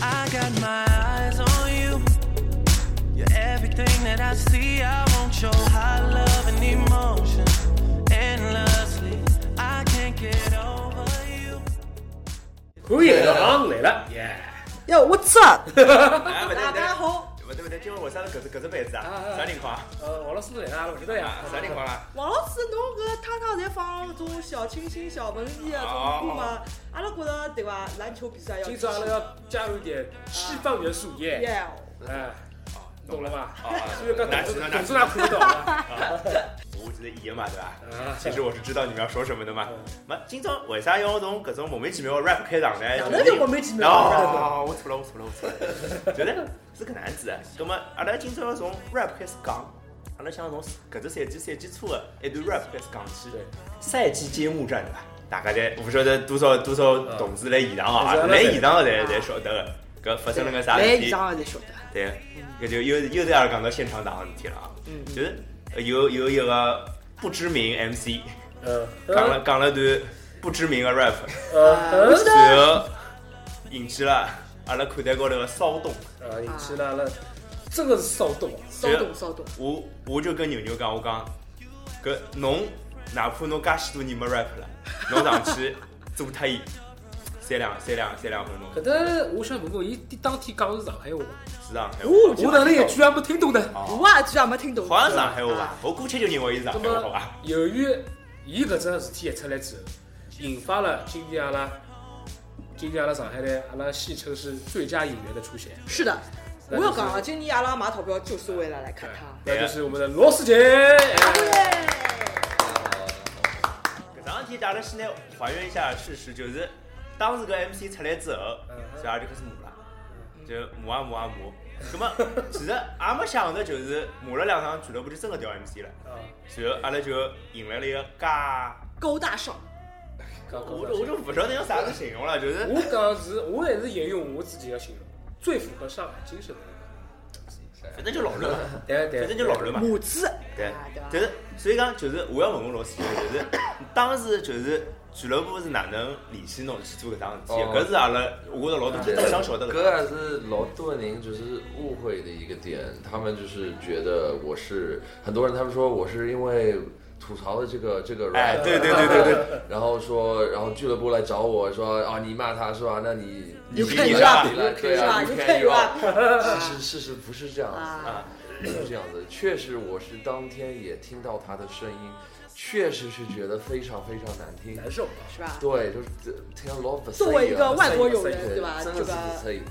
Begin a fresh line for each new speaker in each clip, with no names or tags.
had my eyes on you. You're everything that I see. I want your high love and emotion endlessly. I can't get over you.
酷爷的昂来了，哎耶！
哟，What's up？
哎，勿对勿
大
对
家，好，
勿对勿对，今晚为啥是搿只搿只牌子啊
啊啊？
啥情况啊？
呃，王老师来了，阿拉勿晓得呀
啊，啥情况啊？
王老师，侬搿趟趟侪放搿种小清新、小文艺啊，
哦
种歌嘛，阿拉觉着对伐？篮球比赛要
今朝阿拉要加入一点西方元素，耶！
耶，
哎，懂了吧？
哦，
所以讲
哪
董
知
事
道哪
董
知
事
道
长？看不懂啊。
我只是演嘛，对伐？
啊，
其实我是知道你们要说什么的嘛
嗯。
那今朝为啥要从搿种莫名其妙的 rap 开场呢？
哪能就莫名其妙了？
哦，我错了，我错了，我错了。就是是搿能样子的。葛末阿拉今朝要从 rap 开始讲，阿拉想从搿只赛季赛季初的一段 rap 开始讲起
对。
赛季揭幕战对伐？大家侪勿晓得多少多少同志来现场啊
嗯，
来现场的侪侪晓得个，搿发生了个啥
来
事
以
体？
上也才晓得。
对，搿就又又在阿拉讲到现场打的事体了啊。
嗯
就是呃有有一个不知名 MC
嗯，
讲了讲了段不知名的 rap，
呃，
是的
然后引起了阿拉看台高头的骚动。
呃，引起了阿拉真的是骚动啊！
骚动骚动，
我我就跟牛牛讲，我讲，搿侬哪怕侬介许多年没 rap 了，侬上去做脱伊三两三两三两分钟，
搿搭我想问问，伊当天讲的是上海话吗？
是上海话。
我哪能一句也没听懂呢？
哦，
我也居然没听懂。
好像是上海话吧
啊？
我姑且就认为是上
那
海话好
么
吧？
由于伊搿桩事体一出来之后，引发了今年阿拉今年阿拉上海的阿拉戏称是最佳演员的出现，
是的，我
那
要
就是
讲啊，今年阿拉买钞票就是为了来看他。
那就是我们的罗世杰。
搿桩事体，阿拉先来还原一下事实，就是当时搿 MC 出来之后，
嗯
所以阿拉就开始骂了，就骂啊骂啊骂。葛么，其实也没想着就是骂了两场，俱乐部就真的调 MC 了。
啊，
然后阿拉就迎来了一个尬，
高大上，
讲
我就我就不晓得用啥子形容了，就是
我讲是，我还是沿用我自己的形容，最符合上海精神的一
反正就老乱嘛，
个。对对，
反正就老乱嘛。
母子，
对
啊，
就
对吧？
是所以讲，就是我要问问老师，就是当时就是俱乐部是哪能联系侬去做搿桩事体的？
哦
搿是阿拉我觉着老多人想晓得
搿
搿
也是老多人就是误会的一个点，他们就是觉得我是很多人，他们说我是因为吐槽的这个这个 rap，
哎，对对对对对，
然后说，然后俱乐部来找我说啊，你骂他是吧？那你
你
你
看
你
你
骂
吧
你了，对
是吧
啊，
你
你
看
看
你
你
吧
吧。其实事实不是这样子，
啊，
啊，
不是这样子。确实，我是当天也听到他的声音，确实是觉得非常非常难听。
难受啊。
是吧？
对，就是听到老不
作为一个外国友人，
对
对吧？
E 啊真
这
的是
个
不可以。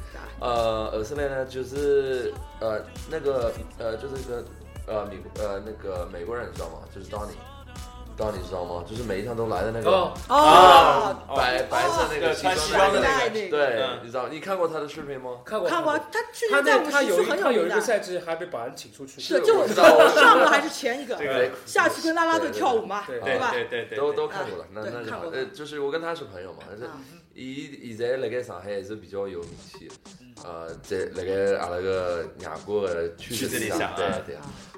呃，呃，现在呢，就是呃那个呃就是一个呃美国呃那个美国人知道吗？就是 Donny，Donny 知道吗？就是每一趟都来的那个。
哦，
哦，
白白色那个
穿西
西
装
装
的
的
那
个对
那个，
嗯
对，你知道？你看过他的视频吗？
看过
看过，他去
他
年在
那
五
他
十
有
区
一
很
他有
名
一
的
个，赛季还被保安请出去。
是
我
就
知道我知道
上个还是前一个
这，个
对
下去跟啦啦队跳舞嘛，
对
对
吧？
对对对，
都都看过了，那
对
那就
看
好
过。
呃，就是我跟他是朋友嘛，但是
啊
伊现在辣盖上海还是比较有名气的，
嗯
呃，在辣盖阿拉个外国的圈
圈子
子
里
里
向
向，对
啊
对。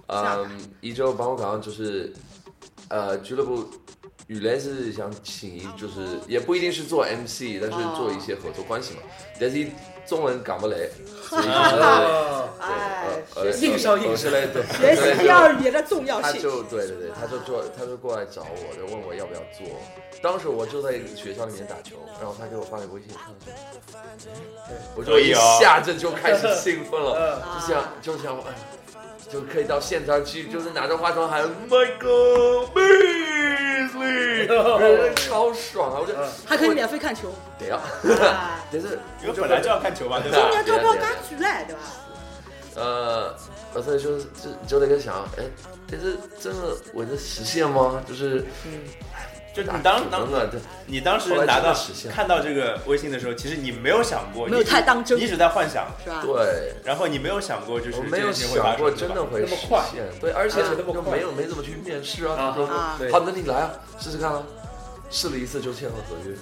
下
嗯，伊就帮我讲，就是呃，俱乐部原来是想请
哦
伊，就是也不一定是做 MC，但是做一些合作关系嘛。但是伊中文讲不来，所以就是。
啊，
哎，
呃，
硬上硬上
来，对，
学习第二语言的重要
他
性，
就对对对，他
啊
就做，他就过来找我，就问我要不要做。当时我就在学校里面打球，然后他给我发了微信，我就
啊
一下子就开始兴 奋
哦
了，就想就想哎，就可以到现场去，就是拿着话筒喊 Michael
哦
Beasley，超爽啊！我就
哦嗯还可以免费看球。
得 呀，
啊
哎
但是
因为本来就要看球嘛，对
嗯
今
吧？
年钞票加巨嘞，对吧？
呃，我所以就是就就在那个想，哎，但是真的我的实现吗？就是
就你
打
当
球
当
呢，对。
你当时
后来
拿
真的
到
实现了
看到这个微信的时候，其实你没有想过，
没有
你
太当真
你只在幻想，
是吧？
对，
然后你没有想过就是
我
这
没
件
有
事情会发
想
生
过，真的
对吧
会
那么
实
快
现。对，而且
而且那么
就
快
没有没怎么去面试
啊
啊。就说
啊
对
好，那你来啊，试试看啊。试了一次就签了合约，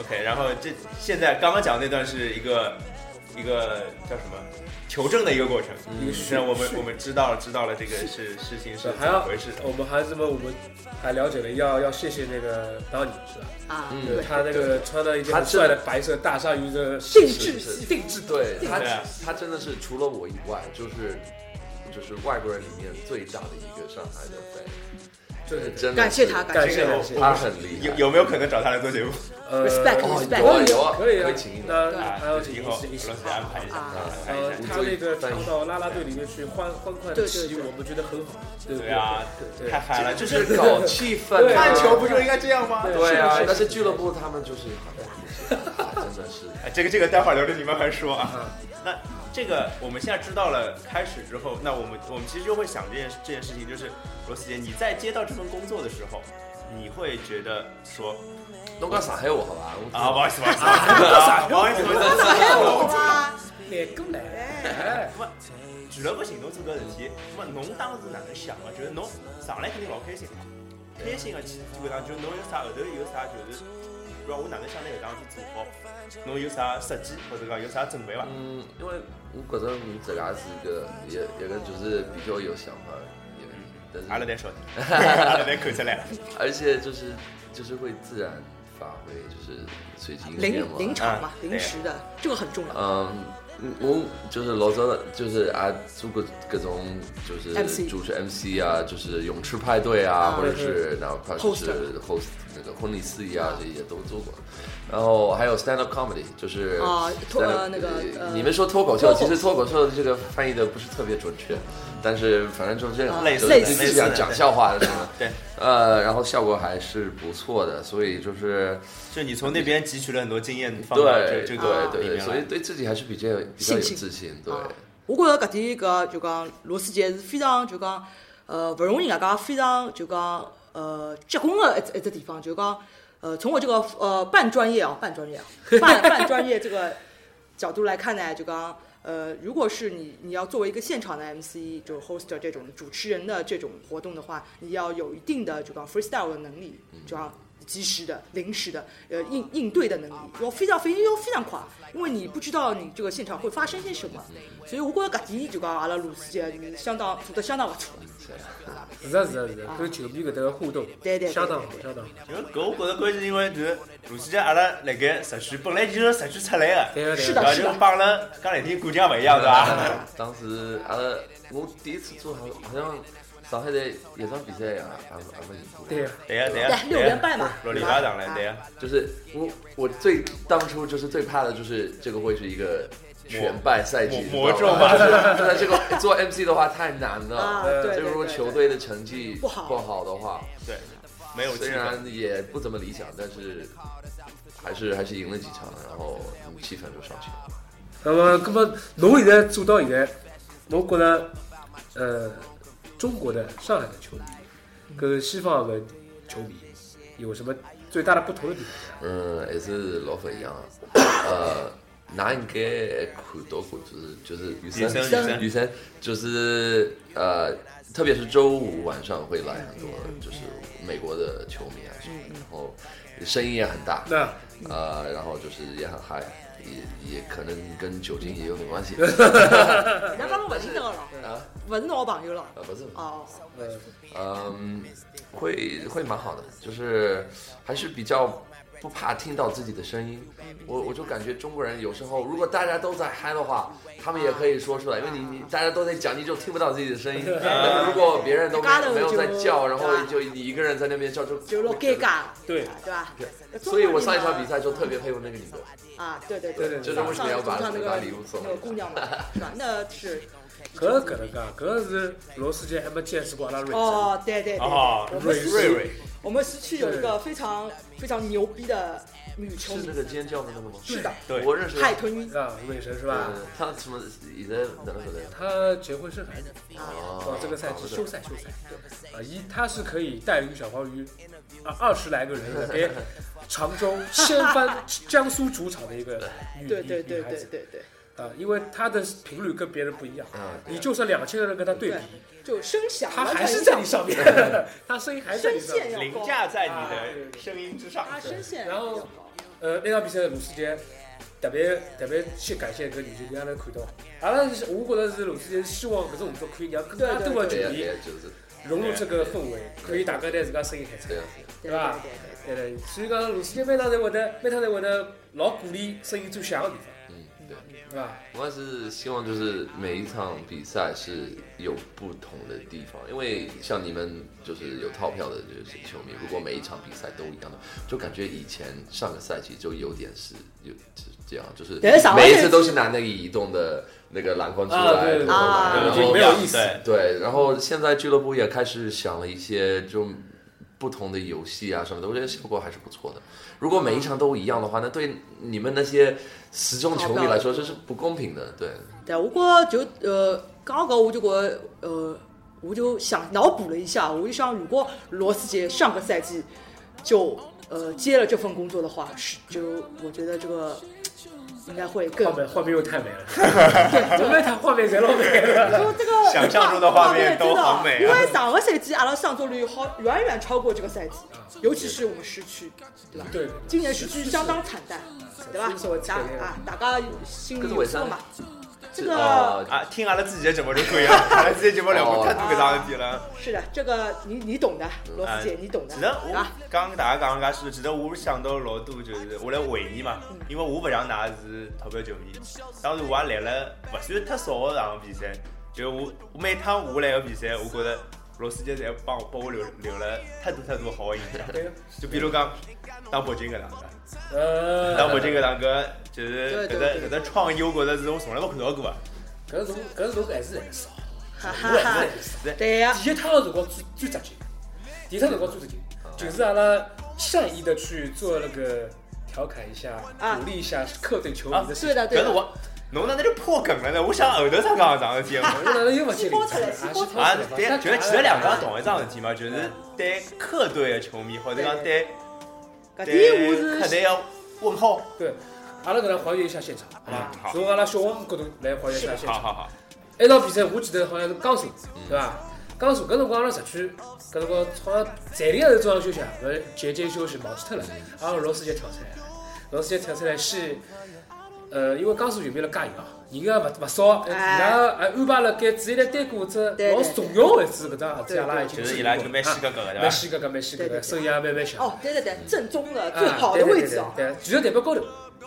OK，然后这现在刚刚讲的那段是一个一一个叫什么求证的一个过程。嗯，那我们我们知道了知道了这个是事情
是
是怎
哦还
么
要
回事的。
我们孩子们，我们还了解了要要谢谢那个当你是吧？
啊，
嗯
对
对，
他那个穿了一件
他
很
真的
帅的白色大鲨鱼的
定
是
制
是
系
定制
对他
对啊，
他真的是除了我以外，就是就是外国人里面最大的一个上海的 fan，
就是
真的是
感谢他，感
感
谢
谢感
我
谢
他很厉害。
有有没有可能找他来做节目？
呃
Respect
哦，
Respect
有啊有啊，
可以啊
会请，你
那
对
还
啊
要，
就是
请
以
一
后
起一
罗
起
老师安排一下，
啊
安排
呃
一，下。
他那个唱到啦啦队里面去欢欢快的气氛，我们觉得很好，对不
对啊，
对
太嗨了，就是
是搞气氛
对
啊，
啊
看球不就应该这样吗？
对啊
是，
但是俱乐部他们就是很啊 真的是
哎，这个这个待会儿留着你慢慢说啊。那这个我们现在知道了开始之后，那我们我们其实就会想这件这件事情，就是罗斯姐，你在接到这份工作的时候，你会觉得说
弄个上海话好吧？我
啊，不好意思，不好意思，啊不好意思，不好意思，
哎，我吧，
来过
哎
来，
那么俱乐部行动做搿事体，那么侬当时哪能想啊？就是侬上来肯定老开心嘛，开心个基基本上就侬有啥后头有啥就是，不知道我哪能想拿搿桩事体做好，侬有啥设计或者讲有啥准备伐？
嗯，因为我觉着你自家是一个也一个就是比较有想法的人，但是
阿拉在晓得，阿拉在看出来了。
而且就是就是会自然发挥，就是随机应变
临
嘛。
临场嘛
啊，
临时的，这个很重要。
嗯，我就是老早就是啊，做过各种就是
MC
主持 MC 啊，就是泳池派对啊，
啊
或者是哪怕就是 host 那个婚礼司仪啊，这些都做过。然后还有 stand up comedy，就是
啊脱
stand-up-
呃那个呃
你们说脱口
脱
秀，
口
其实脱口秀这个翻译的不是特别准确，但是反正就是这样，
啊类似
就是
类似
自己想
类似
讲笑话的什么，
对，
呃，然后效果还是不错的，所以就是。
就你从那边汲取了很多经验，放到这
对
这
对
个
对
里
对，
面
所以
来。
对自己还是比较比较有自信。对，
啊我觉着搿点搿就讲罗斯杰是非常就讲呃勿容易，外加非常就讲呃结棍个一只一只地方，就讲呃从我这个呃半专业啊半专业啊半半专业这个角度来看呢，就讲呃如果是你你要作为一个现场的 MC 就是 host 这种主持人的这种活动的话，你要有一定的就讲 freestyle 的能力，就讲。及时的、临时的，
哦
呃，应应对的能力要非常非常要非常快，因为你不知道你这个现场会发生些什么，所以我觉着搿点就讲阿拉鲁斯杰就是相当做得相当勿错。
是啊是啊是啊，跟球迷搿搭个互动，
对对对
相当好相当好，
因为搿我觉着关键是因为就是鲁西阿拉辣盖社区本来就是社区出来的，
对啊对对，
是的
然后就帮了刚两天姑娘勿一样对伐？
啊当时阿拉我第一次做好好像上海队有场比赛也也也没赢过。
对啊，
对呀对
对
呀，
六连败嘛
老礼拜上来对呀，
就是我我最当初就是最怕的就是这个会是一个全败赛季，
魔
你知道吗
魔咒 嗯
就是就是这个做 MC 的话太难
啊，
了。
对对
就
对
如果球队的成绩
不好
不好的话，
对，没有
虽
气氛
然。也不怎么理想，但是还是还是赢了几场，然后嗯气氛就上去了。
那么，那么侬现在做到现在，侬觉着，呃，中国的上海的球迷
嗯
跟西方的球迷有什么最大的不同的地方？
嗯，还是老勿一样的。呃，㑚应该看到过，就是就是雨
雨
生
生雨生
雨生，就是呃，特别是周五晚上会来很多，就是美国的球迷啊什么的，然后声音也很大，
那
呃，然后就是也很嗨，也也可能跟酒精也有点关系呃
人家讲侬勿是那个了，
啊，
勿是侬个朋友了。
呃，不是，
哦，
呃，
嗯，会会蛮好的，就是还是比较不怕听到自己的声音。我我就感觉中国人有时候，如果大家都在嗨的话，他们也可以说出来，因为你你大家都在讲，你就听不到自己的声音。但是如果别人都没
嘎的
有没有
就
在叫，然后
对吧
就你一个人在那边叫，就
就老尴。尬了，
对
对吧？
所以我上一场比赛就特别佩服那个女的，
啊，对对
对对
就是为什么要把
上上一场那
把
个
礼物送
那个姑 娘嘛，是吧？那是
搿搿能介，搿是罗斯杰还没见识过阿拉瑞士，
哦，对对对，
哦
我们
瑞
市
士
瑞瑞，
我们市区有一个非常非常牛逼的女球
是
迷
那，个尖叫的那个吗？
是的，
对
我认识
海。豚音
啊，瑞神是
呃
吧？，
他什么以前哪能的？
他结婚生孩子，
哦
哦，，这个赛季休赛休赛，啊，一他是可以带鱼小黄鱼，啊，二十来个人的，给常州掀翻江苏主场的一个女
对对对
女孩
对
子
对对，
啊，因为她的频率跟别人不一样，
啊对
你就算两千个人跟她对比
对。就声响
他
完
还
全
是
一
在
样
你上面， 他声音还在
声
你上面
线。要
凌
高，
驾在你的声音之上。
啊，声线
然
要
后
高，
呃，那场比赛的鲁斯杰特别特别去感谢搿女球迷，阿拉看到，阿拉是我觉着是鲁斯是希望搿种动作可以让更加多的球
对呀，对
迷
呀，就是
融入这个氛围，可以大家拿自家声音喊出
这
来，
样。
对
伐？对对，所以讲鲁斯杰每趟侪会得，每趟侪会得老鼓励声音最响的地方，
嗯，对。
对伐？
我还是希望就是每一场比赛是有不同的地方，因为像你们就是有套票的就是球迷，如果每一场比赛都一样的，就感觉以前上个赛季就有点是有是这样，就是
对上个赛
每
季
一次都是拿那个移动的那个篮筐出
啊
来，
对
然后
啊
篮
对
然
吧
后
没有意思
对
对，然后现在俱乐部也开始想了一些就不同的游戏啊什么的，我觉得效果还是不错的。如果每一场都一样的话，那对你们那些死忠球迷来说这是不公平的。对，
对，我觉着就呃，刚刚我就觉着呃，我就想脑补了一下，我就想，如果罗斯杰上个赛季就呃接了这份工作的话，是就我觉得这个应该会更
画面画面又太美了，我们谈画面侪老美了，
就这个
想象中的画面
真
都
的
好美啊
因为上个赛季阿拉上座率好远远超过这个赛季，尤其是我们市区，对吧？
对
今年市区相当惨淡，对吧
是我？
大
惨烈
啊，大家心
可
里
是
有
为
数
啥
嘛。这
这
个
哦
啊，听阿拉自己的节目就可以 了，阿啊拉自己的节目聊过太多搿桩事体
哦
了。
是的，这个你你懂的，罗斯姐
呃
嗯
你懂的，
其实
对
我
吧？
刚刚大家讲介许多，其实我想到老多，就是我来回忆嘛，因为我勿像㑚是投票球迷，当时我也来了勿算太少个场比赛，就是我我每趟我来个比赛，我觉着老师姐侪帮我帮我留留了太多太多好个印象，
对个，
就比如讲当北京搿场个。
呃，
当北京搿堂搿就是
对
搿
对
只
对
搿只创意，我觉着是我从来没看到过个。
搿是从搿是从还是来少，我
哈哈
还是
哈
来，少。
对呀，
第一趟的辰光最最扎劲，第一趟辰光最扎劲，
啊
就是阿拉善意的去做那个调侃一下，
啊
鼓励一下客队球迷的事情。
对的对
搿是
的，
我，侬哪能就破梗了呢？我想后头才讲搿桩 事体。
我哪能又勿接
细胞出来细胞出
啊
啊，，
对，就是其实两桩同一桩事体嘛，就是对客队的球迷或者讲对
搿点我
对客
是
队的问号。
对，阿拉搿能还原一下现场，好吧
嗯？好
从阿拉小黄角度来还原一下现
好
场。
好好，
那场比赛我记得好像是江苏，对伐？江苏搿辰光阿拉社区，搿辰光好像暂停还是中场休息啊，勿是节间休息忘记脱了。阿拉老师就跳出来了，老师就跳出来是，呃，因为江苏球迷辣加油啊，人家勿勿少，伊
哎
拉还安排了该职业队单过只
对
老重要的位置搿桩事体，阿拉已经
就是
经
伊拉
历
就
过
蛮
啊
细格格的对
蛮
伐
细格格，蛮细格
对
格，
对对
声音也蛮蛮响。
哦，对对对，正宗的
啊
最好的位置哦，
对对对对，技术代表高头。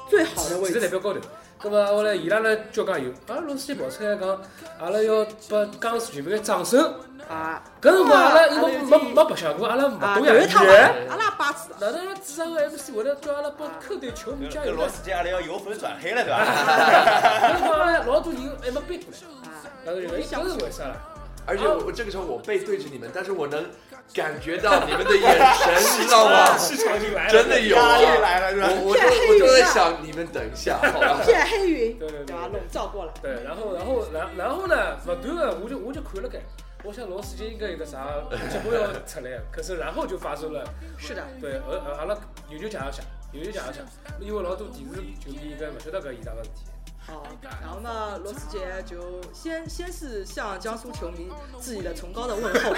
最好的位
是代
置，
表高头。咁啊么后来伊拉呢叫加油，阿拉老师就跑出来讲，阿拉要拨江苏全民个掌声。
啊，
搿辰光阿拉因
啊
为没没白相过，阿拉勿
啊，
懂
有
洋
一趟
语
嘛
言。，
阿拉巴子，
哪能阿拉主场个 MC 会得叫阿拉帮客队球迷加
搿
油
老
呢？
师姐阿拉要由粉转黑了对 伐？
搿辰光阿拉老多人还没搬过来，
啊，
哪个人？哎，搿是为啥啦？
而且我这个时候我背对着你们，但是我能感觉到你们的眼神，你知道吗？
市场就来了，
真的有啊！
压力来了是吧
我我就我就在想，你们等一下，好吧？
片黑云，
对对对
对吧？
对
笼罩过来，
对，然后然后然然后呢，不断的我就我就看了该，我想老师间应该有个啥节目要出来，可是然后就发生了，
是的，
对，呃呃，阿拉有就讲一下，有就讲一下，因为老多电视球迷应该勿晓得搿伊拉个事体。
好，然后呢，罗斯杰就先先是向江苏球迷致以了崇高的问候，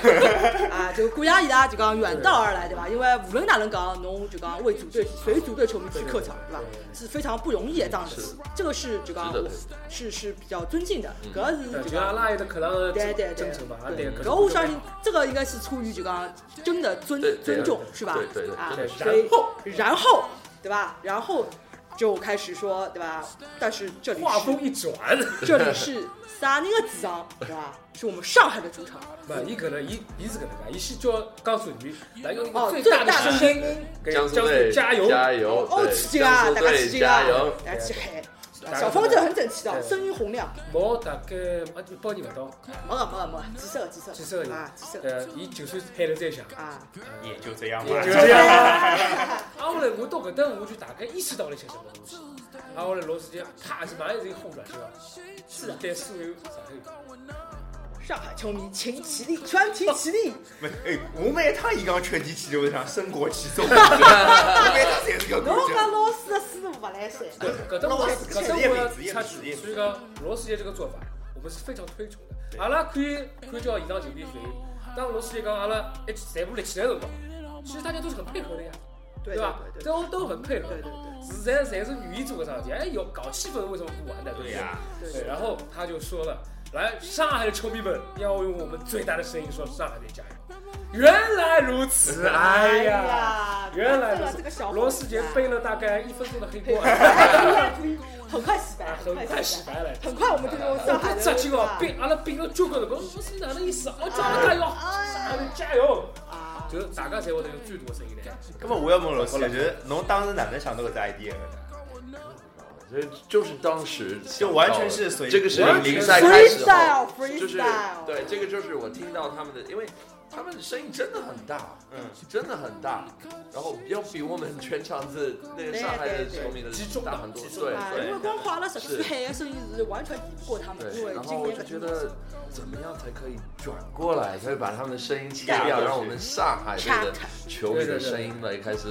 啊，就感谢伊拉就讲远道而来，对吧？因为无论哪能讲，侬就讲为主队随主队球迷去客场，对吧？是非常不容易的这样子，这个是就讲
值得
是是比较尊敬的，搿
对，
是就
就阿
讲。
拉有的客堂个
对对对
真诚嘛，，阿
对
搿
搿我相信这个应该是出于就讲真的尊
对对
尊重是吧？
对对对
啊
对，
所以
然后
然后对吧？然后就开始说对吧？但是这里是
话锋一转，
这里是啥人的主场，对吧？是我们上海的 主场，
勿，伊搿能，伊伊是搿能介，伊先叫江苏女，然后用
哦
最
最
大的
大的
声
声
音
音
给
江
江
苏
苏
队
加油，
加油！
哦，
对
起劲
江
啊，
苏
大家
队
起劲啊
加油！，
大家起嗨
大。家
小方阵很整齐的，
对
声音洪亮，啊
毛大概没一百人勿到，
没个没个没个，几十个几十个，
几十个人
啊，几十个
呃，伊就算喊了再响，
啊，
也就这样
就
吧。
这样。啊，后来我到搿搭，我就大概意识到了一些什么东西。啊，后来老师就啪，马上就轰出来，是吧？
是的，
对所有上海人。
上海球迷群起立，全体起 立，
没哎，我每趟伊讲全体起立，我就想升国旗奏 国旗，我每趟侪是搿
侬
感觉。
搿老师的思路勿来三，
对，搿搭我搿搭我要插句，所以讲罗世杰这个做法，我们是非常推崇的。阿拉可以可以叫现场球迷随意。当罗世杰讲阿拉一起全部立起来的辰光，其实大家都是很配合的呀。
对
吧
对？对
都都很配合
对，对对
是侪侪是愿意做个事情，哎，有搞气氛为什么不玩呢？对不
对
对？
呀，
对
对，
对，
然后他就说了，来，上海的球迷们要用我们最大的声音说上海队加油。原来如此，哎呀，原来
这
如
个
此
这个小啊
罗世杰
被
背了大概一分钟的黑 锅，
啊
很快洗白，
哎很快洗
白，
白了。
很快我们就用上海
我
的
扎起哦
文，化
并阿拉并了交关辰光，我是哪能意思啊？我叫你加油，上海队加油！
啊，
就是大家侪会得用最大的声音来。
那么我要问老师，就是侬当时哪能想到搿只 idea 的？
所以就是当时
就完全是随
这个是
完全
零
是
赛开始后
freestyle
就是
freestyle，
对这个就是我听到他们的，因为他们声音真的很大，
嗯，
真的很大，然后要比我们全场子那个上海的球迷的
集中
大很多，
集中
对
啊
啊，
对
因为。光靠阿拉十几岁海的声音是完全敌不过他们，因
对，
为
然后
今
我
年
就
的
觉得怎么样才可以转过来，才会把他们的声音切
压
掉，
过去
让我们上海队的球迷的声音呢开始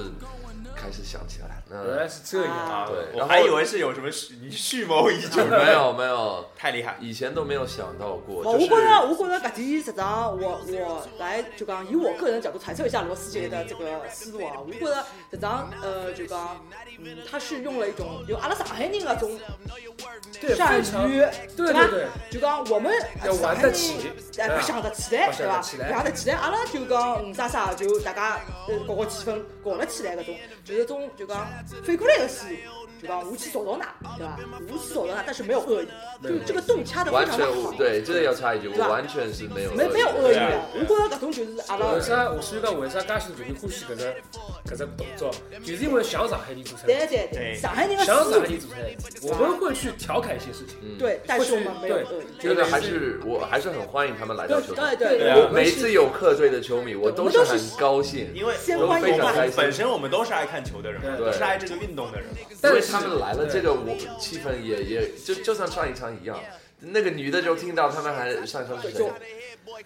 开始响起来。
原来
那
是这样，
啊
对
我
然后
还以为是有什么蓄你蓄谋已久，
没有没有，
太厉害。
以前都没有想到过。
我
就
我
是
觉
啊
着，我觉着搿点实际上，我我来就讲，以我个人的角度揣测一下罗斯杰的这个思路啊，我觉着实际上，呃，就讲，嗯，他是用了一种就阿拉上海人的种
对，
善
非常
于，
对
吧
对对，？
就讲我们啊
要玩得起
哎，
啊
白相得起来，
白相
对
得
吧？
起来
白相得起来，阿拉就讲嗯啥啥，就大家呃搞搞气氛，搞了起来搿种，就是种就讲反过来个思路，就讲我去找到㑚，对吧？我去找到㑚，但是没有恶意，就这个洞掐得非
完
常
全
的
我
好。
对，这个要插一句，
是吧
我完全是没有
没没有恶意
对啊
的，我觉着搿种就是阿拉
为啥我所以讲为啥介许多球迷欢喜搿只搿只动作，就是因为像上海人做出来
对，对
对
对，上海人的
像
思
上
路
海人做出来，我们会去调侃一些事情，
对，但是我们没有恶意，
对
这个还是我还是很欢迎他们来到球场。
对对
对啊
我每一次有客队的球迷，我都是很高兴，
因为
先
我
欢
们
迎
我
吧
们本身我们都是爱看球的人嘛，
对
都是爱这个运动的人嘛。
因
但
为
是
他们来了，
对
这个我气氛也也就就像上一场一样。那个女的就听到他们还上一场是谁？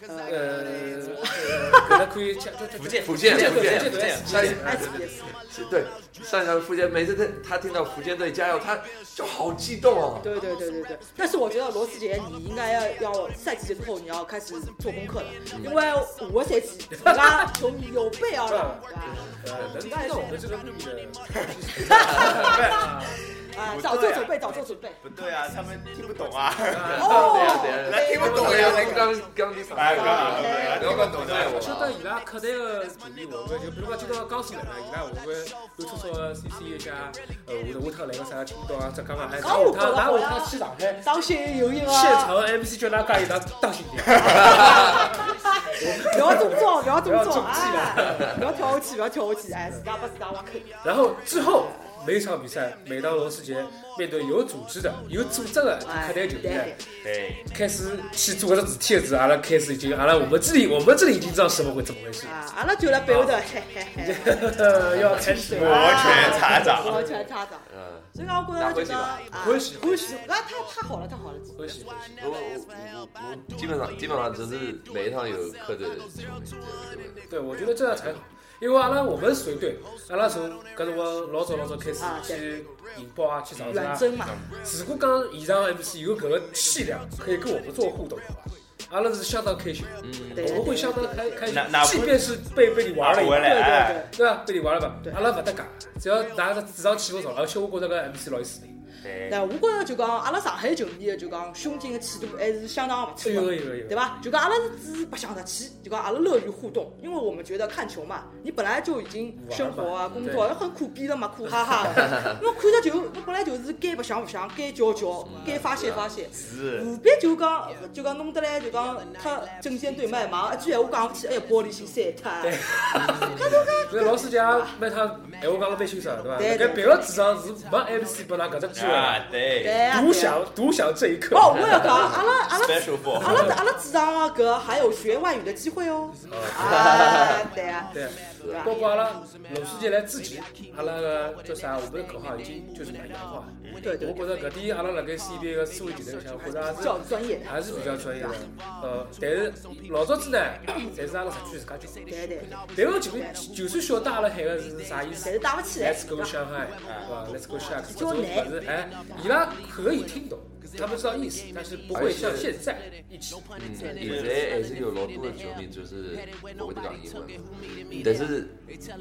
呃，搿能可以讲
福建，
福建
建
福建
福建
上一
埃及也是，
对上一场福建，每次他他听到福建队加油，他就好激动哦。
对对对对对。但是我觉得罗斯杰，你应该要要赛季结束后你要开始做功课了，因为我赛季人家球迷有备而来，对吧？
呃，能看到我们这个秘密的，
啊，早做准备，早做准备。
不对啊，他们听不懂啊。
对呀对啊
哦，
呀，
来听不懂呀
啊
呀，刚刚第三
哎，
场
刚刚听不懂的，
我觉得伊拉客队的球迷，我们就比如讲今朝江苏来了，伊拉我们有多少 CC 一下，呃，我我趟来个啥青岛啊、浙江啊，还
刚我
有趟，哪有趟去上海？
当心啊有一个，
啊现场 MC 叫他干一趟当心点。
不要这么做，不要
不
这么
要
做
中计了
啊！不要跳下去，不要跳下去，哎，自家把自家挖坑。
然后之后每一场比赛，每到罗世杰面对有组织的、有组织的客队球
哎
迷呢，
对，
开始去做搿只事体的时候，阿拉开始已经，阿拉我们这里我们这里已经知道什么会怎么回事，
啊，阿拉就在背后头，嘿嘿嘿。
要开始
摩拳擦掌。
我全插掌。
嗯，
所以讲，我觉着就讲啊，
欢喜
欢喜，那太太好了，太好了。
欢喜欢喜，
我我我我基本上基本上只是每一趟有客队的球迷，
对我觉得这样才好。因为阿拉我们随队，阿拉从搿辰光老早老早开始
啊对
去引爆啊，去找
远
啥。
征嘛，
如果讲以上 MC 有搿个气量，可以跟我们做互动的话，阿拉是相当开心的。
对
我们会相
对
当开开心
嗯哪哪，不
即便是被被你玩了一
回
把，
来，哎，
对吧？被你玩了吧
对，
阿拉勿搭界，只要大家智商起勿上，而且我觉着搿 MC 老有水平。
对，
那我觉着就讲，阿拉上海球迷的就讲胸襟的气度还是相当勿错
哎呦哎
的，
呦哎呦，
对吧？就讲阿拉是只白相得起，就讲阿拉乐于互动，因为我们觉得看球嘛，你本来就已经生活啊、工作很苦逼了嘛，苦哈哈的。我看着球，我本来就是该白相白相，该叫叫，该发泄发泄。
是。
何必就讲就讲弄得来就讲他针尖对麦芒，一句闲话讲勿去，哎呀，玻璃心碎他。
所以老师讲每趟闲话讲了蛮清爽的，对
对
吧？
对
搿别个智商是没 MC 拨㑚搿只机
啊
会，，
对
对
哎呀，
独
对呀
享独享这一刻。
哦，我要讲，阿拉阿拉
，special
阿
for，
拉阿拉智障啊，搿还有学外语的机会哦。啊，对啊，
对，
对吧
包？括阿拉老师节来之前，阿拉个叫啥？我们的口号已经就是蛮洋化。
对
我
对，
觉着搿点阿拉辣盖 CBA 个思维集团里向，或者还
比
是
较专业。
还是比较专业的。呃，但是老早子呢，侪是阿拉社区自家叫。
对对，
但我前面就算晓得阿拉喊个是啥意
但
思
是打勿起来，
，Let's
对
go
吧？
上海，对伐？Let's go 上海，
叫
或者
奶
是哎，伊拉可以听懂，他们知道意思，但是不会像现在一起。
嗯，现在还是有老多的球迷就是不会讲英文嘛，但是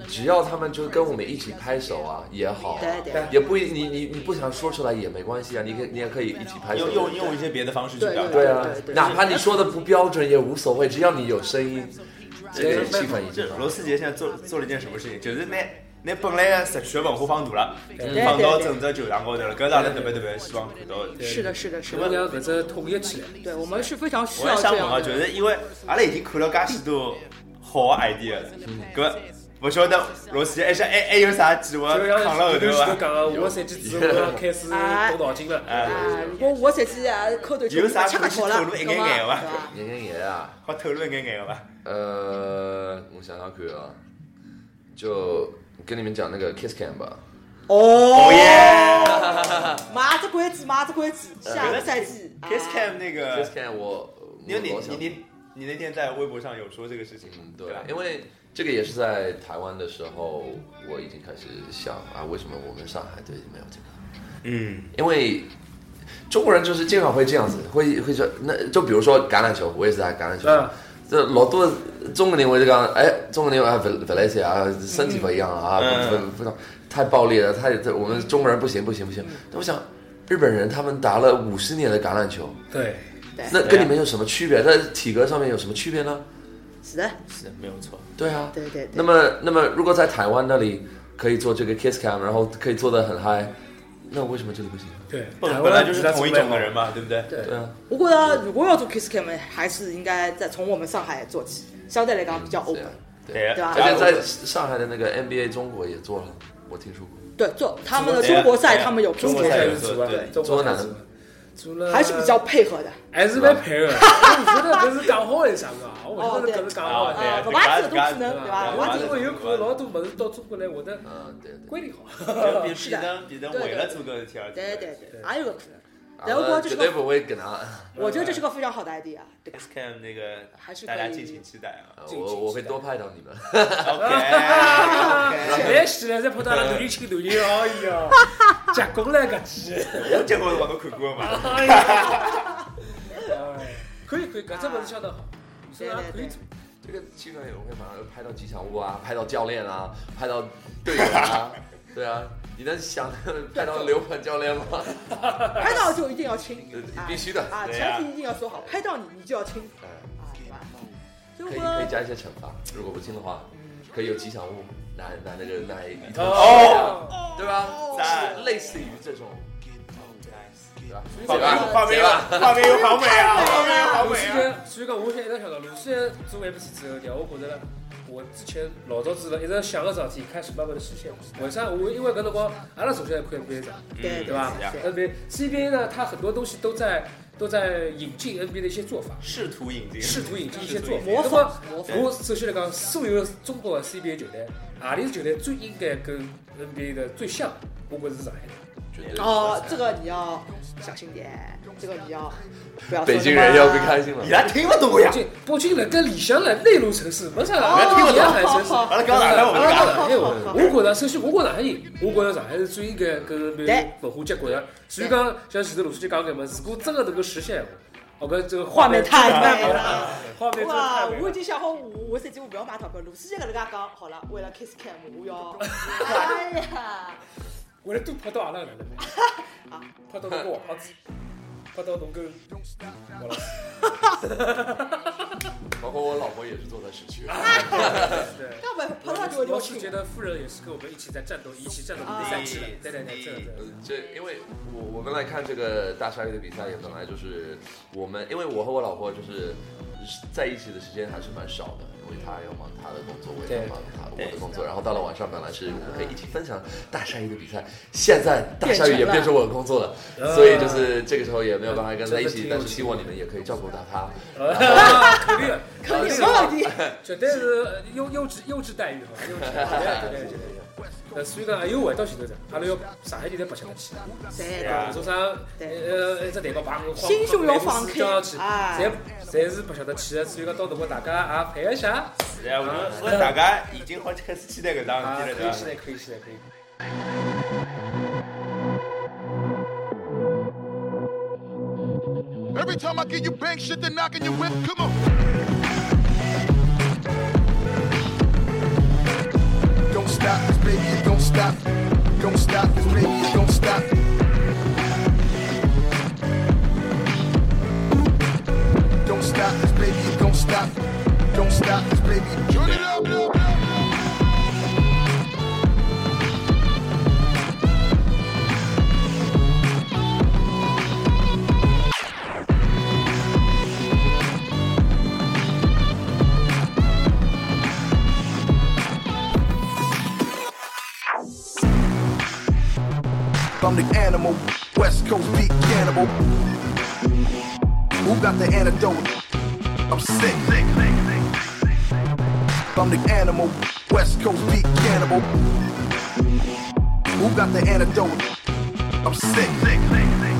只要他们就跟我们一起拍手啊也好啊
对对
也不一你你你不想说出来也没关系啊，你可你也可以一起拍手
用。用用一些别的方式去
对
表
对
达。
啊
对对，对
哪怕你说的不标准也无所谓，只要你有声音，这个气氛已经
这
好
罗
了。
世杰现在做做了一件什么事情？就是拿拿本来的实学文化放大了，
对
放到整个球场高头了，搿是阿拉特别特别希望看到的。
是的，是的，是
我们
的，
俩反正统一起来，
对我们是非常需
我
要
也
这
想问啊，
样
就
的。
是因为阿拉已经看了介许多好的 idea，搿
嗯
勿晓得罗世杰还想还还有啥计划
就像
啊扛了后
前头前
头
头
伐？
讲的，我赛季之后我要开 始动脑筋了。
哎，
啊，如果我这次也扣头球，
有啥
吃个球了，
可以透露一
对
眼眼的
吧
吗？
演演爷啊，
好透露一眼眼个伐？
呃，我想想看啊，就跟你们讲那个 Kiss Cam 吧。
哦
哦，
耶
马子规矩，马子规矩，下个赛季。
！Kiss
啊
Cam 那
Kiss
个，
Cam 我，呃
因为你
我
你你你那天在微博上有说这个事情，
嗯，
对啊
对
吧，
因为这个也是在台湾的时候，我已经开始想啊，为什么我们上海队没有这个？
嗯，
因为中国人就是经常会这样子，会会说，那就比如说橄榄球，我也是打橄榄球。
嗯
这老多中国人会讲，哎，中国人啊，本本来是啊，身体不一样啊，
嗯
不不不，太暴力了，太这我们中国人不行不行不行。
嗯
那我想，日本人他们打了五十年的橄榄球，
对，
那
对
跟
啊
你们有什么区别？那体格上面有什么区别呢？
是的，
是的没有错。
对啊，
对对对
那么，那么如果在台湾那里可以做这个 kiss cam，然后可以做的很嗨，那为什么这里不行？啊
对，
本
台
本
湾
来就是
比赛
同一
准备
种
好
的人嘛，对不对？
对
对啊，
我觉得如果要做 Kiss Cam，还是应该再从我们上海做起，相对来讲比较
这
open
样。
对
对吧
啊
啊
而且在上海的那个 NBA 中国也做了，我听说过。
对，做他们的中国赛，他们有中
中国
国
中国
赛
赛
男足啊，
对
中国男足
中国男，
除了
还是比较配合的。
还是蛮配合的。 我觉得搿是讲好的啥个，我觉得搿是讲好
哦
啊
对
的。
啊，
对
搿把子都
对对
只能对
对对
吧？
对
我
对
只
因为有可能老多物事到中国来，会得
嗯，对对。
管理好。
就变
是
变
的
成变成
对
为
对
了做搿事体而
对对对，还有个可能。然后
啊我
我就
绝
是
对
个，
不会跟他，
我觉得这是个非常好的 idea，对吧
X？Cam 那个
还是可
大
以
家敬请期待啊。
呃我我会多拍到 你们。
OK，
哎，现在才碰到了男人亲男人，哎呀，结棍了搿记。
我结婚我都看过嘛。
哎呀，可以可以，搿只物事相当好，所以
对对
可以
对
做。
这个气氛也会马上拍到吉祥物啊，拍到教练 啊，拍到队友啊，对啊，你能想拍到刘鹏教练吗？
拍到就一定要亲
对，
啊
必须的
啊，
对
前
啊
提一定要说好，拍到你你就要亲
哎
啊，对吧？所
可
以
以可以
我
加一些惩罚，如果不进的话，可以有吉祥物拿拿那个拿一头，
哦，
啊对吧？
赞
类似于这种，对吧？
画
对吧
面画面
对吧
画面有好美啊，画面有好
鲁
美
迅
啊。
呢，所以讲我现在一直想到，鲁迅做 MC 之后，让我觉着我之前老早子了，一直想个事体，开始慢慢的实现。为啥？我因为搿辰光阿拉首先看 NBA 场，
嗯
对
对吧
是呀？
特别 CBA 呢，它很多东西都在都在引进 NBA 的一些做法。
试图引进，
试图引进一些做法。
模
那
仿
么
模
仿
我首先来讲，所有中国的 CBA 球队，何里支球队最应该跟 NBA 的最像？我觉着是上海队。
绝对
哦，这个你要小心点，这个你要不要说
北京
那
人
么
要不开心了
伊。拉听不懂呀
北。京，北京人跟里向人内陆城市没啊啥两样，
哦
两样城市。哎
好
阿拉讲哪来我们
阿拉讲
讲哪
上海话，我觉着首先我觉上海人，我觉着上海是最应该跟 NBA
对
文化接轨的。所以讲，像前头鲁书记讲搿么，如果真的能够实现，我跟这个
画面太
美
美
了
了，
画面真的
哇！
太美
我已
了。
经想好，我我这节我不要买套票。鲁思杰搿能介讲好了，为了 Kiss Cam，我要。哎呀，
我来多拍到阿拉搿能， 拍到侬跟王胖子，拍到侬跟王老师。
包括我老婆也是坐在市区。
对。
要不拍到就
我
就是去
觉。得夫人也是跟我们一起在战斗，一起战斗比赛去了。对对对，这个
呃这因为我我们来看这个大鲨鱼的比赛，也本来就是我们，因为我和我老婆就是在一起的时间还是蛮少的，因为她要忙她的工作，我也要忙她我的工作，然后到了晚上本来是我们可以一起分享大鲨鱼的比赛，现在大鲨鱼也变成我的工作了，呃
了
所以就是这个时候也没有办法跟她一起，但是希望你们也可以照顾到她。
啊，肯定，
肯定没问题。
绝对是优优质优质待遇哈，优质待遇。那所以讲，又回到前头讲，阿拉要上海电台白相去，
对
对啊
从啥呃一只蛋糕摆个上去，侪侪是白相得去的。所以讲，到辰光大家也配合一下，
是哎呀，我们我们大家已经好开始期待搿桩
啊，可
事体
以
了，对
起
伐？
来，可以起来，可以。
Thank
time I give you bank shit, then knocking your whip. Come on. Don't stop, 'cause baby, it don't stop. Don't stop, 'cause baby, it don't stop. Don't stop, 'cause baby, it don't stop. Don't stop, 'cause baby, turn it up. I'm the animal, West Coast beat cannibal. Who got the antidote? I'm sick. I'm the animal, West Coast beat cannibal. Who got the antidote? I'm sick.